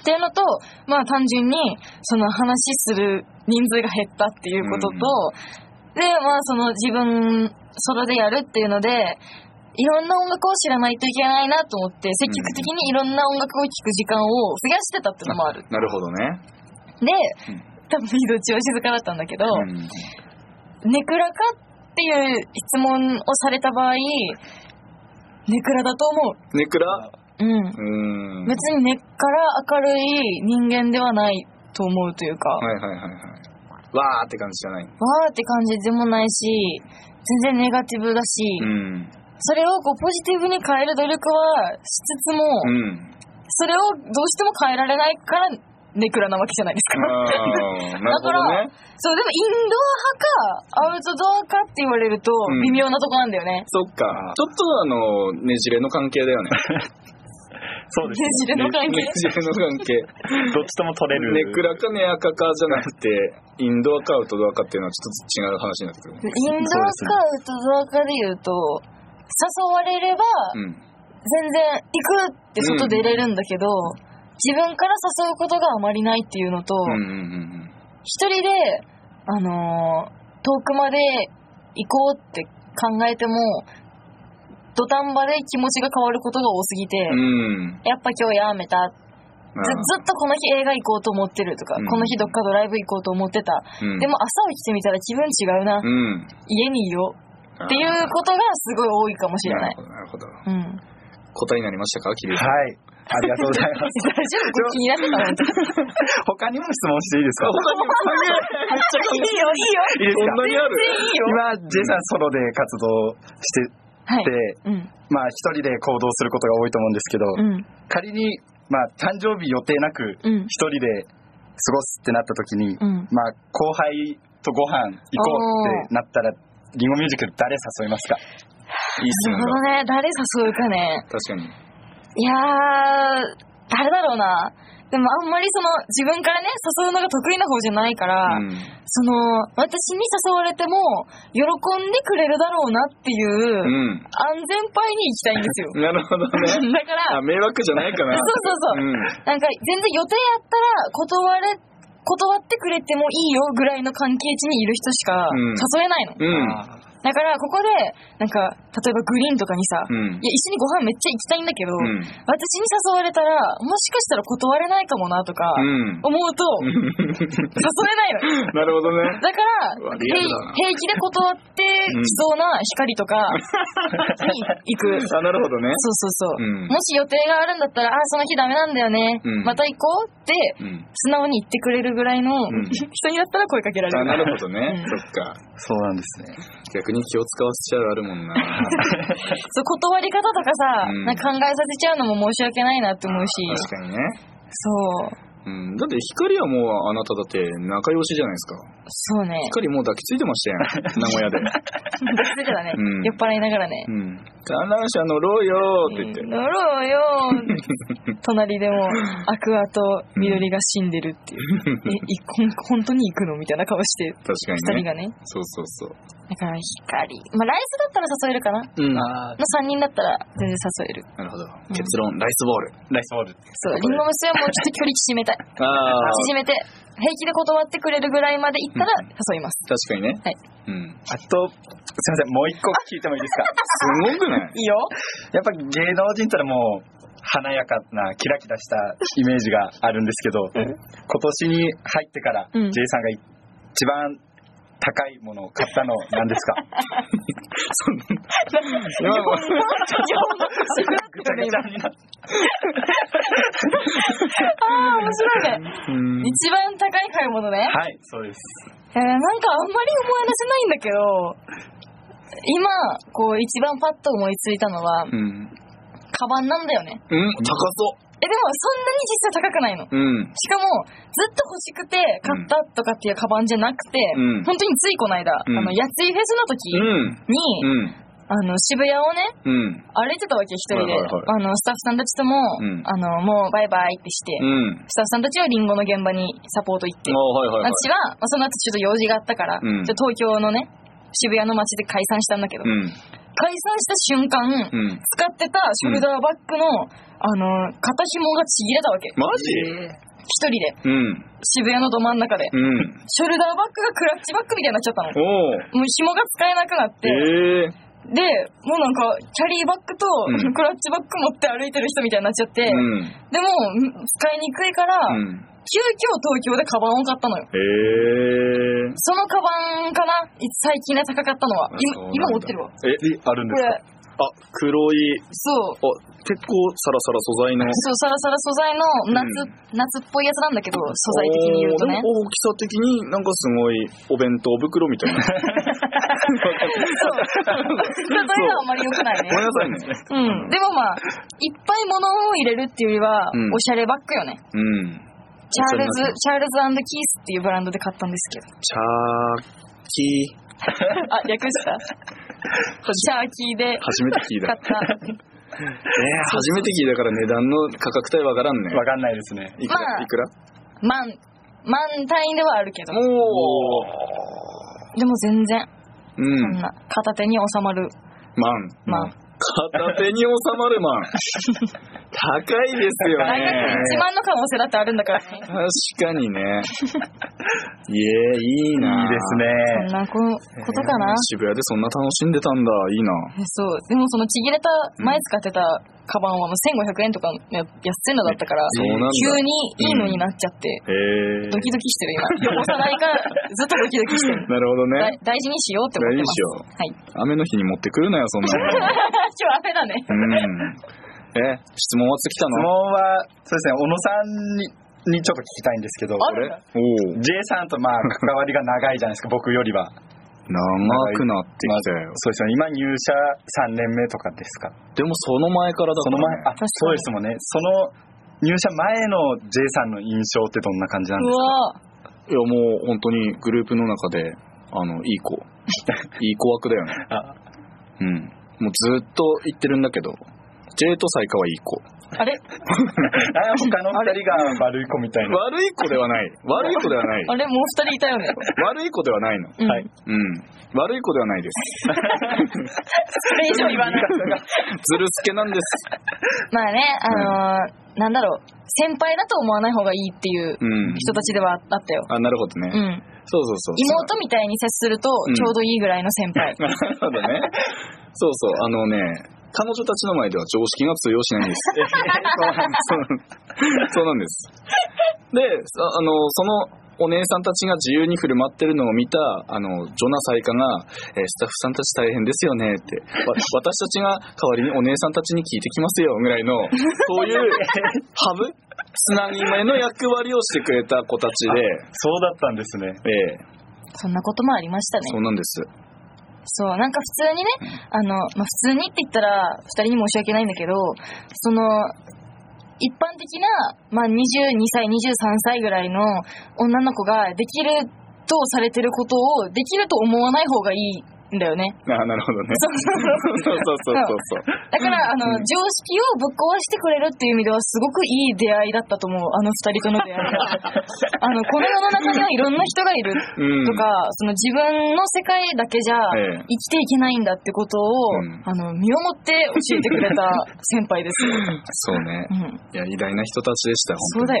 っていうのと、まあ単純に、その話する人数が減ったっていうことと、で、まあその自分、ソロでやるっていうので、いろんな音楽を知らないといけないなと思って、積極的にいろんな音楽を聴く時間を増やしてたっていうのもある。
なるほどね。
で
うん、
多分移動中は静かだったんだけど、
うん
ネクラかっていう質問をされた場合、ネクラだと思
ネクラ
う。うん。
うーん。は
別に根っから明るい人間ではないと思うというか、
いはいはいはい。わーって感じじゃない。
わーって感じでもないし、全然ネガティブだし、
うん。
それをこうポジティブに変える努力はしつつも、
うん。
それをどうしても変えられないからネクラなわけじゃないですか。
あーなるほどね。
そう、でもインドア派か、アウトドアかって言われると
ん
微妙なとこなんだよね。
そっか。ちょっとあの、ねじれの関係だよね。
そうです
ねじれの関係
ね じれの関係。
どっちとも取れる。
ネクラかネアカかじゃなくて、インドアかアウトドアかっていうのはちょっと違う話になってくる。
インドアかアウトドアかで言うと、誘われれば、
うん。
全然行くって外出れるんだけど、自分から誘うことがあまりないっていうのと、
うんうんうん
一人で、あのー遠くまで行こうって考えても、土壇場で気持ちが変わることが多すぎて、
うん。うん。
やっぱ今日やめた。ず
あ
ずっとこの日映画行こうと思ってるとか、
うん
この日どっかドライブ行こうと思ってた。
ーうん
でも朝起きてみたら気分違うな。
うん。
家にいようっていうことがすごい多いかもしれない。
あーなるほど。なるほど
うん。大丈
答えになりましたかキリュウさん
はい。ありがとうございます。
夫これ気になって たのに。
他にも質問していいですか
めっちゃいいよ、いいよ。
いいです
そんなにあ
か
る
今、J さんソロで活動して
はい
て、。
うん。
まあ一人で行動することが多いと思うんですけど、
うん。
仮に、まあ誕生日予定なく
うん
一人で過ごすってなった時に、
うん。
まあ後輩とご飯行こうってなったら、リンゴミュージック誰誘いますか
いい質
なる
問
ほ
だ
ど。ね。誰誘うかね。
確かに。
いやー、誰だろうな。でもあんまりその自分からね、誘うのが得意な方じゃないから、
うん
その、私に誘われても、喜んでくれるだろうなってい
う
う、
ん。。
安全牌に行きたいんです
な
よ
るほどね。
だか
あ、
ら、
迷惑じゃないかな。
そうそうそう。
うん。
なんか全然予定やったら断れ、断ってくれてもいいよぐらいの関係値にいる人しか
うん
誘えないの。
うん。
あー
だから、ここで、なんか、例えばグリーンとかにさ、
うん
いや、一緒にご飯めっちゃ行きたいんだけど、
うん
私に誘われたら、もしかしたら断れないかもなとか、
うん。
思うと、誘えないの。
なるほどね。
だから、
うわ
平
リアルだな
平気で断ってきそうな光 とかに行く。
あ、なるほどね。
そうそうそう。
うん
もし予定があるんだったら、あ、その日ダメなんだよね。
うん
また行こうって、
うん。
素直に言ってくれるぐらいの、
ん
人にだったら声かけられ
あ、
る。
なるほどね。
う
そっか。
そうなんですね。
逆に気を使わせちゃうあるもんな。
そう、断り方とかさ、
うん
なんか考えさせちゃうのも申し訳ないなって思うし、
確かにね。
そう、
うん。だって光はもうあなただって仲良しじゃないですか。
そうね。
光もう抱きついてましたやん。名古屋で。
忘れてた ね、
うん
酔っ払いながらね。
うん。観覧車乗ろうよーって言って。
乗ろうよー 隣でもアクアと緑が死んでるっていう、えいほん本当に行くのみたいな顔して
確か
二
にね。
人がね
そうそうそう。
だから光まあライスだったら誘えるかなの
うん。
あ
3人だったら全然誘える
なるほど。結論、ライスボール。
ライスボール。
そうリンゴ娘はもうちょっと距離縮めたい
ああ、
縮めて平気で断ってくれるぐらいまで行ったら誘います
確かにね。
はい
うん。
あと、すいません、もう一個聞いてもいいですか
すごくない
いいよ
やっぱ芸能人ったらもう、華やかな、キラキラしたイメージがあるんですけど、今年に入ってから、
う
J
ん
さんが一番高いものを買ったの何です か
日本 語日本語
ぐちゃぐちゃになって。
ああ面白いね
うん
一番高い買い物ね
はい、そうです。
えーなんかあんまり思い出せないんだけど、今、こう一番パッと思いついたのは、
うん。
カバンなんだよね。
うん、高そ
え、でもそんなに実際高くないの。
う。うん。
しかも、ずっと欲しくて買ったとかっていうカバンじゃなくて、
うん
本当についこの間、
うん
あの、やついフェスの時
うん。う
に、
ん。
あの、渋谷をね、
うん。
歩いてたわけ、一人で。
はいはいは
あの、スタッフさんたちとも、
うん
あの、もうバイバイってして、
うん。
スタッフさんたちはリンゴの現場にサポート行って
あ、はいはいはい。
私は、まあ、その後ちょっと用事があったから、
うん
ちょっと東京のね、渋谷の街で解散したんだけ
う
ど、
ん。
解散した瞬間、
うん。
使ってたショルダーバッグの、あの、肩紐がちぎれたわけ。
マ
一人で、
ジうん。
渋谷のど真ん中で。
うん。
ショルダーバッグがクラッチバッグみたいになっちゃったの。
おー。
もう紐が使えなくなって、
ええ
で、もうなんか、キャリーバッグと
うん
クラッチバッグ持って歩いてる人みたいになっちゃっ
う
て、
ん。
でも、ん使いにくいから、
うん。
急遽東京でカバンを買ったのよ。
ええ
そのカバンかない最近で高かったのは。今、今持ってるわ。。
え、あるん
こ
ですか
れ、
あ、黒い、
そう。
あ、結構サラサラ素材の。
そう、サラサラ素材の夏、夏っぽいやつなんだけど、素材的に言うと
お
ね
ーで。も大きさ的になんかすごいお弁当袋みたい な。
そう。例えばあんまり良 くないね
ご。めんなさいね。
うん。でもまあ、いっぱい物を入れるっていうよりは、
うん
おしゃれバッグよね。
うん。
チャール
おしゃれ
ズ、チャールズキースっていうブランドで買ったんですけど。
チャーキー。
あ、略したチャーキーで
初めて聞い
買
た
っ。た。
えー、初めて聞いたから値段の価格帯わからんね。
わかんないですね。
いくら、
まあ
いくら
万、万単位ではあるけど。
お
でも全然、
う
そ
ん
ん。な、片手に収まる。
マ
まあ
ン。片手に収まる マン。高いですよ
大学
ね。
1万の可能性だってあるんだからね。
確かにね。いえ、いいな。
いいです
そん
ね。
なこことかな。
渋谷でそんな楽しんでたんだ。いいな。
そう。でもそのちぎれた、前使ってたカバンはもう1500円とかのや安いのだったから、
そうなんだ
急にいいのになっちゃって、
へえ。
ドキドキしてる今。汚さないから、ずっとドキドキしてる。
なるほど
だ
ね。
大事にしようって思ってます。はい。
雨の日に持ってくるなよ、そんなの。
今日雨だね。
うん。え、質問は尽きた
質問
の
は、そうですね、小野さんににちょっと聞きたいんですけど、
こ
あ
れ
る
おお
J さんとまあ関わりが長いじゃないですか、僕よりは。
長くなってきたよ。
そうですよね、今入社3年目とかですか。
でもその前からだ
その前、あ、
かに
そうですもんね。その入社前の J さんの印象ってどんな感じなんで
う
す
わぁ。
いやもう本当にグループの中で、あの、いい 子。いい子枠だよね。
か
うん。もうずっと言ってるんだけど、J とサイカはいい子。
あれ
あ他の2人が悪い子みたいな。
悪い子ではない。悪い子ではない。
あれもう二人いたよね。
悪い子ではないの。
うん。
はい
うん。悪い子ではないです。
そ れ以上言わない。
ずるすけなんです。
まあね、あのー、なんだろう。先輩だと思わない方がいいっていう
うん。
人たちではあったよ。
あ、なるほど
う
ね。
ん。
そうそうそう。
妹みたいに接すると
ん
ちょうどいいぐらいの先輩。
なるほどね。そうそう、あのね、彼女たちの前では常識が通用しないん です。そうなんです。で、そあの、その、お姉さんたちが自由に振る舞ってるのを見た、あの、ジョナサイカが、えースタッフさんたち大変ですよねって、 わ私たちが代わりにお姉さんたちに聞いてきますよぐらい の、そういうハブつなぎ目の役割をしてくれた子たちで、
そうだったんですね。
ええ
そんなこともありましたね
そ。うなんです。
そう、なんか普通にね、あの、まあ、普通にって言ったら、二人に申し訳ないんだけど、その、一般的な、まあ、22歳、23歳ぐらいの女の子ができるとされてることを、できると思わない方がいいんだよね。
ああ、なるほどね。 そうそうそうそうそう。
だから、あの、常識をぶっ壊してくれるっていう意味では、すごくいい出会いだったと 思う。あの二人との出会いが。あの、この世の中にはいろんな人がいる
うん
とか、その自分の世界だけじゃ
ええ
生きていけないんだってことを、
うん
あの、身をもって教えてくれた先輩ですよ。
そうね
う。
い
ん、
や、偉大な人たちでした、
そう
本当
だ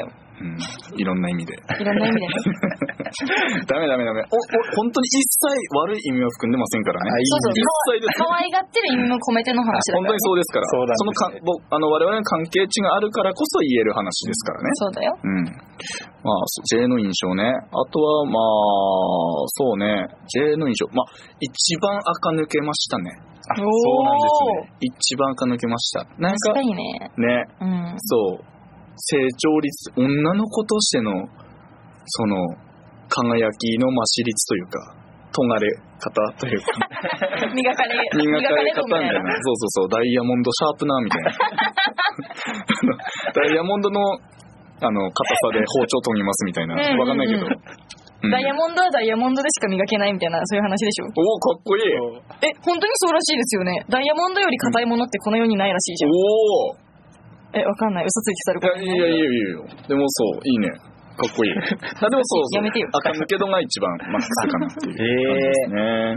に。
よ。
うん。いろんな意味で。
いろんな意味で。
ダメダメダメ。お、お、本当に一切悪い意味は含んでませんからね。
そうそう
一切です
可。愛がってる意味も込めての話だか
本当
ら、
にそうですから。
そうな
のか
んですね、
僕、あの、我々の関係値があるからこそ言える話ですからね。
そうだよ。
うん。まあ、そ J の印象ね。あとは、まあ、そうね。J の印象。まあ、一番垢抜けましたね。
あそうなんですね。
一番垢抜けました。なんか
確か、にね。
ね。
うん。
そう、成長率、女の子としての、その、輝きの増し率というか、とがれ方というか、
磨かれ、
磨かれ
る
方みたいな。そうそうそう、ダイヤモンドシャープナーみたいな。あのダイヤモンドの、あの、硬さで包丁研ぎますみたいな。
うんうんうん
わかんないけど。うん
ダイヤモンドはダイヤモンドでしか磨けないみたいな、そういう話でしょ。
おお、かっこいい。
そう
え、本当にそうらしいですよね。ダイヤモンドより硬いものってこの世にないらしいじゃん。
おお。
え、わかんない。嘘ついてたる
いや、
かも
いや、いやいやいやいや。でもそう、いいね。かっこ いい。あでもそうそう。
やめてよ
赤抜け度が一番マックスかなっていう。
ええ
ね。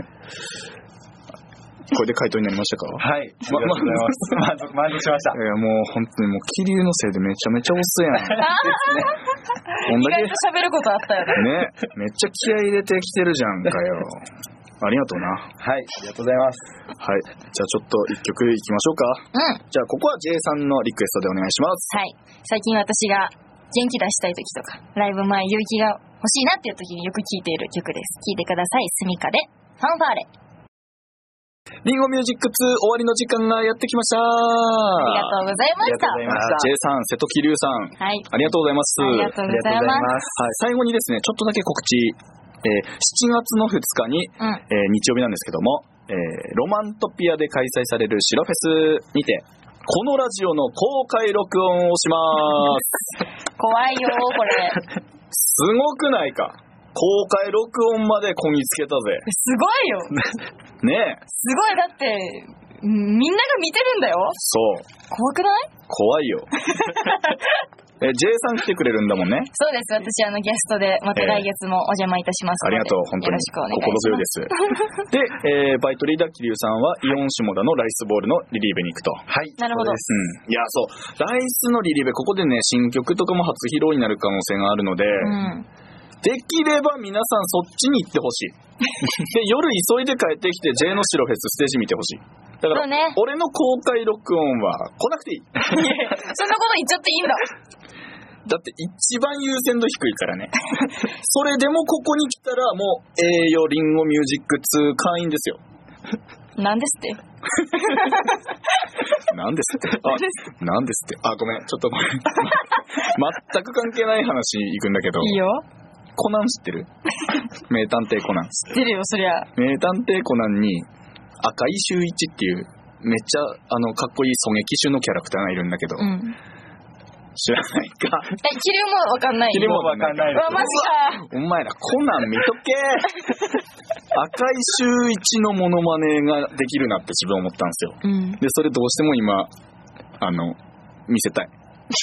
これで回答になりましたか
はい。あり
ま
がとうございます。満足、満足しました
い。や、もう本当にもう、気流のせいでめちゃめちゃ押すやん。こん
意
だけ、
外
ね
と、喋ることあったよね。
めっちゃ気合い入れてきてるじゃんかよ。ありがとうな。
はい。ありがとうございます。
はい。じゃあちょっと一曲いきましょうか。
うん。
じゃあここは J さんのリクエストでお願いします。
はい。最近私が元気出したい時とか、ライブ前勇気が欲しいなっていう時によく聴いている曲です。聴いてください。スミカで、ファンファーレ。
リンゴミュージック2終わりの時間がやってきました。
あり
あ
がとうございました。
ありがとうご
あ
ざいま
J さん、瀬戸気流さん、
はい。
ありがとうございます。
ありがとうございます。
す。
はい、最後にですね、ちょっとだけ告知。えー7月の2日に、
うん
えー日曜日なんですけども、えーロマントピアで開催される白フェスにて、このラジオの公開録音をします。
怖いよー、こ れ。
すごくないか公開録音までこぎつけたぜ。
すごいよ。
ねえ。
すごい。だって、うんみんなが見てるんだよ。
そう。
怖くない
怖 いよ。え、J さん来てくれるんだもんね。
そうです。私、あの、ゲストで、また
ええ
来月もお邪魔いたします
あり
ので。
がとう、本当に
よろしくお願い
心強いですす。で、えー
しま。
バイトリーダー桐生さんはイオン下田のライスボールのリリーベに行くと。
はい。
なるほど
そう
うん。いや、そう。
です
ライスのリリベ、ここでね、新曲とかも初披露になる可能性があるので、
うん。
できれば皆さんそっちに行ってほしい。で、夜急いで帰ってきて J の白フェスステージ見てほしい。だから、
そ うね。
俺の公開録音は来なくていい。
そんなこと言っちゃっていいんだ。
だって一番優先度低いから ね。それでもここに来たらもう、栄養リンゴミュージック2会員ですよ。
なんですって。
なんです って。あ、なんですって。あ、ごめん。ちょっとごめん。全く関係ない話行くんだけど。
いいよ。
コナン知って る名探偵コナン。
知ってるよ、そりゃ。
名探偵コナンに赤井秀一っていうめっちゃあのかっこいい狙撃手のキャラクターがいるんだけど、
うん。え、
知らないか。
気流もわかんない。
気流も
もうわかんないうで
わ、マジか。
お前らコナン見とけ 赤井秀一のモノマネができるなって自分思ったんですよ。
うん。
で、それどうしても今、あの、見せたい。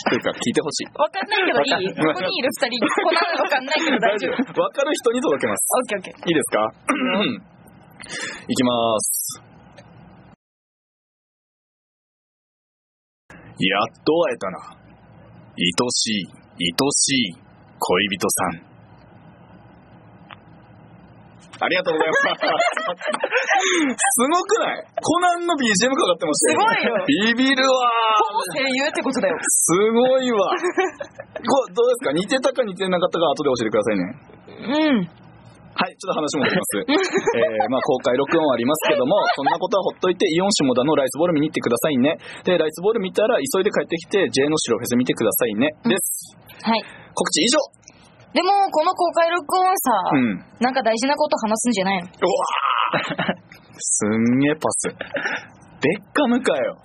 というか聞いてほしい。
わかんないけどいい。ここにいる二人、こんなのわかんない けど大丈夫。オッ。
わかる人に届けます。
ケーオッケー。
いいですかいきます。やっと会えたな。愛しい、愛しい、恋人さん。ありがとうございます。すごくないコナンの BGM かかってますすごいよ。ビビるわ
ほぼ声優ってことだよ。
すごいわ。こうどうですか似てたか似てなかったか後で教えてくださいね。
うん。
はい、ちょっと話戻ります。 えー、まあ公開録音はありますけども、そんなことはほっといて、イオン下田のライスボール見に行ってくださいね。で、ライスボール見たら急いで帰ってきて、J の城フェス見てくださいね。です。
はい。
告知以上
でも、この公開録音さ、
うん。
なんか大事なこと話すんじゃないの
うわーすんげえパス。ベッカムかよ。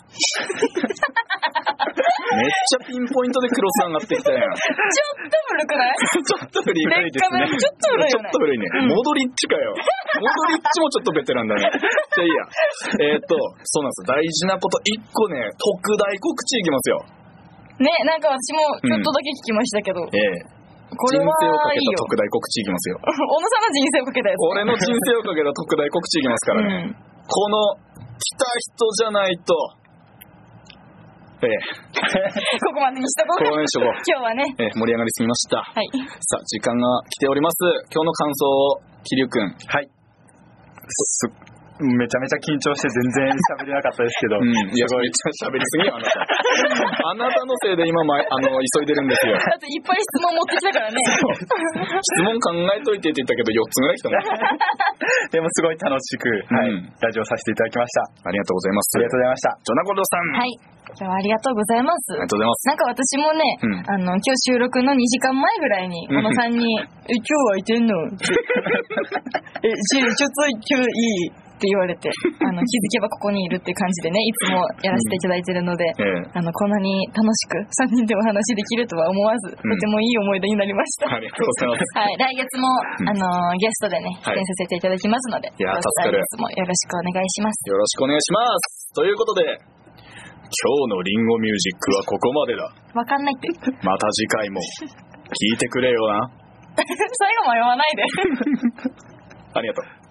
めっちゃピンポイントでクロス上がってきたやん。ち
ちょっと古くない
ょっと古い
ベッカムちょっと古い
ち
よ
ょ
ね
っと古いね。モドリッチかよ。モドリッチもちょっとベテランだね。じゃあいい や。えーっ、と、そうなんです。大事なこと、一個ね、特大告知いきますよ。
ね、なんか私もちょっとだけ聞きましたけど、
ええ
こ
人生
れは
をかけ
いい
た
よ。
特大告知いきますよ。
小野さんの人生をかけたやつ。
俺の人生をかけた特大告知いきますからね。
うん。
この、来た人じゃないと、ええ
ここまでにしたこうか
公演しとこう
今日はね。
えー盛り上がりすぎました。
はい。
さあ、時間が来ております。今日の感想を、桐生くん。
はい。すめちゃめちゃ緊張して全然喋れなかったですけど、
いや、めっちゃ喋りすぎよ、あなた。 あなたのせいで今、まあの、急いでるんですよ。
だっていっぱい質問持ってきたからね。
質問考えといてって言ったけど、4つぐらい来たもん。
でもすごい楽しく、はい
うん
ラジオさせていただきまし
あ
た。
りがとうございます。
ありがとうございました。
ジョナゴルドさん。
はい。今日はありがとうございます。
ありがとうございます。
なんか私もね、
うん
あの、今日収録の2時間前ぐらいに、
うん
小野さんに、え、今日 空いてんのってえ、ちょ、ちょっと今日いいって言われて、あの、気づけばここにいるって感じでね、いつもやらせていただいてるので、
え
あの、こんなに楽しく3人でお話できるとは思わず、と
ん
てもいい思い出になりまし
え
た。
ありがとうございます。
はい、来月も、
ん
あのゲストでね、出
はい
演させていただきますので、
いやー
どうぞ
助かる
来月もよろしくお願いします。
よろしくお願いします。ということで、今日のリンゴミュージックはここまでだ。
わかんないって。 最
また次回も、聞いてくれよな。
後迷わないで。
ありがとう。